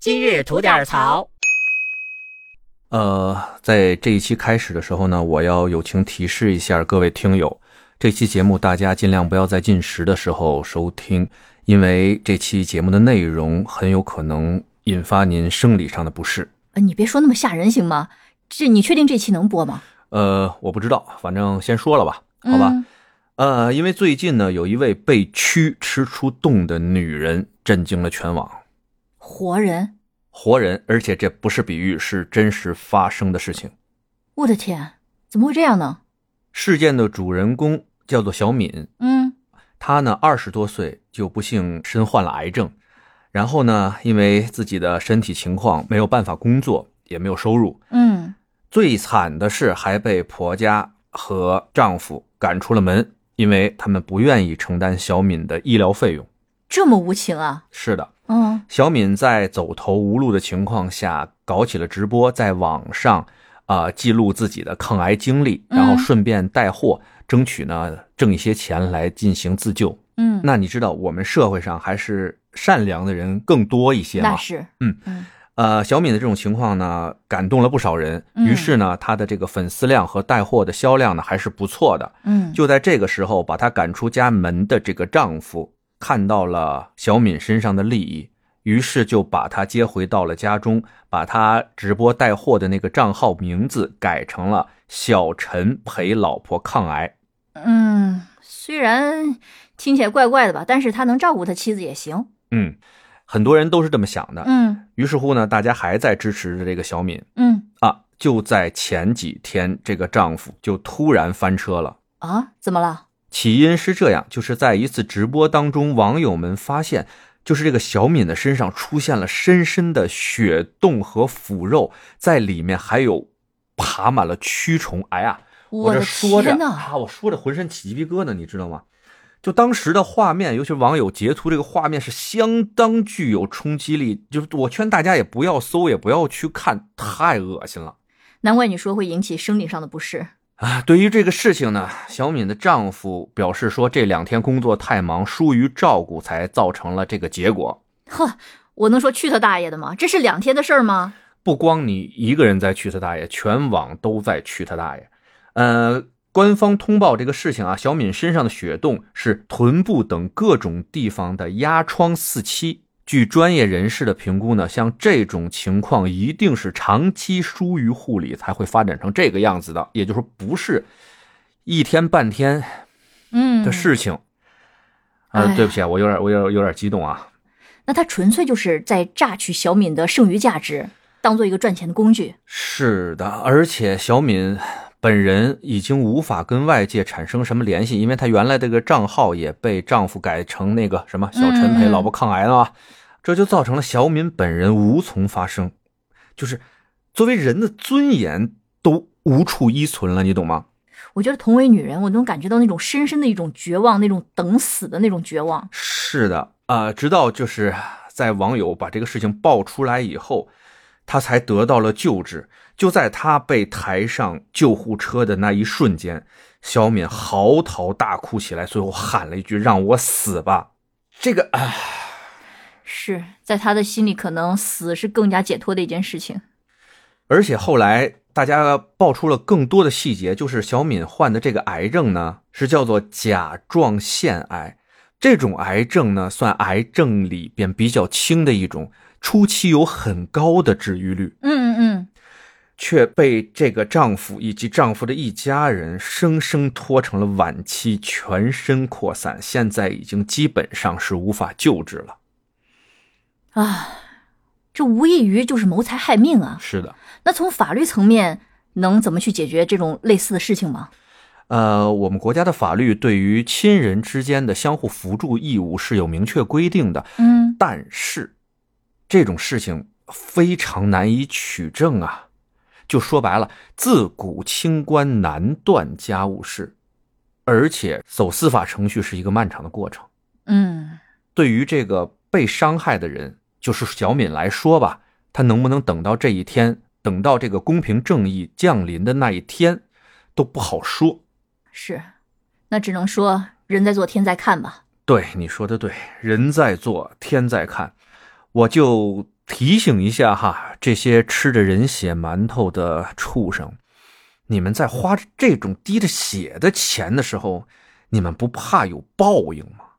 今日吐点槽。呃，在这一期开始的时候呢，我要友情提示一下各位听友，这期节目大家尽量不要在进食的时候收听，因为这期节目的内容很有可能引发您生理上的不适。呃你别说那么吓人行吗？这你确定这期能播吗？呃，我不知道，反正先说了吧，好吧。嗯呃，因为最近呢，有一位被蛆吃出洞的女人震惊了全网，活人，活人，而且这不是比喻，是真实发生的事情。我的天，怎么会这样呢？事件的主人公叫做小敏，嗯，他呢二十多岁就不幸身患了癌症，然后呢，因为自己的身体情况没有办法工作，也没有收入，嗯，最惨的是还被婆家和丈夫赶出了门，因为他们不愿意承担小敏的医疗费用。这么无情啊！是的，嗯小敏在走投无路的情况下搞起了直播，在网上啊、呃记录自己的抗癌经历，嗯然后顺便带货，争取呢挣一些钱来进行自救。嗯，那你知道我们社会上还是善良的人更多一些那吗？是，嗯嗯呃，小敏的这种情况呢，感动了不少人。嗯于是呢，她的这个粉丝量和带货的销量呢，还是不错的。嗯，就在这个时候，把她赶出家门的这个丈夫看到了小敏身上的利益，于是就把她接回到了家中，把她直播带货的那个账号名字改成了“小陈陪老婆抗癌嗯，虽然听起来怪怪的吧，但是他能照顾他妻子也行。”。嗯，很多人都是这么想的。嗯于是乎呢，大家还在支持着这个小敏。嗯啊，就在前几天，这个丈夫就突然翻车了。啊，怎么了？起因是这样，就是在一次直播当中，网友们发现，就是这个小敏的身上出现了深深的血洞和腐肉，在里面还有爬满了蛆虫。哎呀，我的这说着天呐！啊，我说着浑身起鸡皮疙瘩，你知道吗？就当时的画面，尤其是网友截图，这个画面是相当具有冲击力。就是我劝大家也不要搜，也不要去看，太恶心了。难怪你说会引起生理上的不适。啊，对于这个事情呢，小敏的丈夫表示说，这两天工作太忙，疏于照顾，才造成了这个结果。呵，我能说去他大爷的吗？这是两天的事儿吗？不光你一个人在去他大爷，全网都在去他大爷。呃，官方通报这个事情啊，小敏身上的血洞是臀部等各种地方的压疮四期。据专业人士的评估呢，像这种情况一定是长期疏于护理才会发展成这个样子的，也就是说，不是一天半天嗯，的事情。哎啊，呀对不起啊，我有点，我有点，有点激动啊。那他纯粹就是在榨取小敏的剩余价值，当做一个赚钱的工具。是的，而且小敏本人已经无法跟外界产生什么联系，因为她原来这个账号也被丈夫改成那个什么“小陈陪嗯嗯老婆抗癌”了啊，这就造成了小敏本人无从发声，就是作为人的尊严都无处依存了，你懂吗？我觉得同为女人，我能感觉到那种深深的一种绝望，那种等死的那种绝望。是的，啊、直到就是在网友把这个事情爆出来以后，他才得到了救治。就在他被抬上救护车的那一瞬间，小敏嚎啕大哭起来，最后喊了一句：“让我死吧！”这个啊，是在他的心里，可能死是更加解脱的一件事情。而且后来大家爆出了更多的细节，就是小敏患的这个癌症呢，是叫做甲状腺癌。这种癌症呢，算癌症里边比较轻的一种，初期有很高的治愈率，嗯嗯嗯，却被这个丈夫以及丈夫的一家人生生拖成了晚期，全身扩散，现在已经基本上是无法救治了。这无异于就是谋财害命啊。是的。那从法律层面能怎么去解决这种类似的事情吗？呃，我们国家的法律对于亲人之间的相互扶助义务是有明确规定的，嗯，但是这种事情非常难以取证啊。就说白了，自古清官难断家务事，而且走司法程序是一个漫长的过程。嗯，对于这个被伤害的人，就是小敏来说吧，她能不能等到这一天，等到这个公平正义降临的那一天，都不好说。是，那只能说人在做天在看吧。对，你说的对，人在做，天在看。我就提醒一下哈，这些吃着人血馒头的畜生，你们在花这种滴着血的钱的时候，你们不怕有报应吗？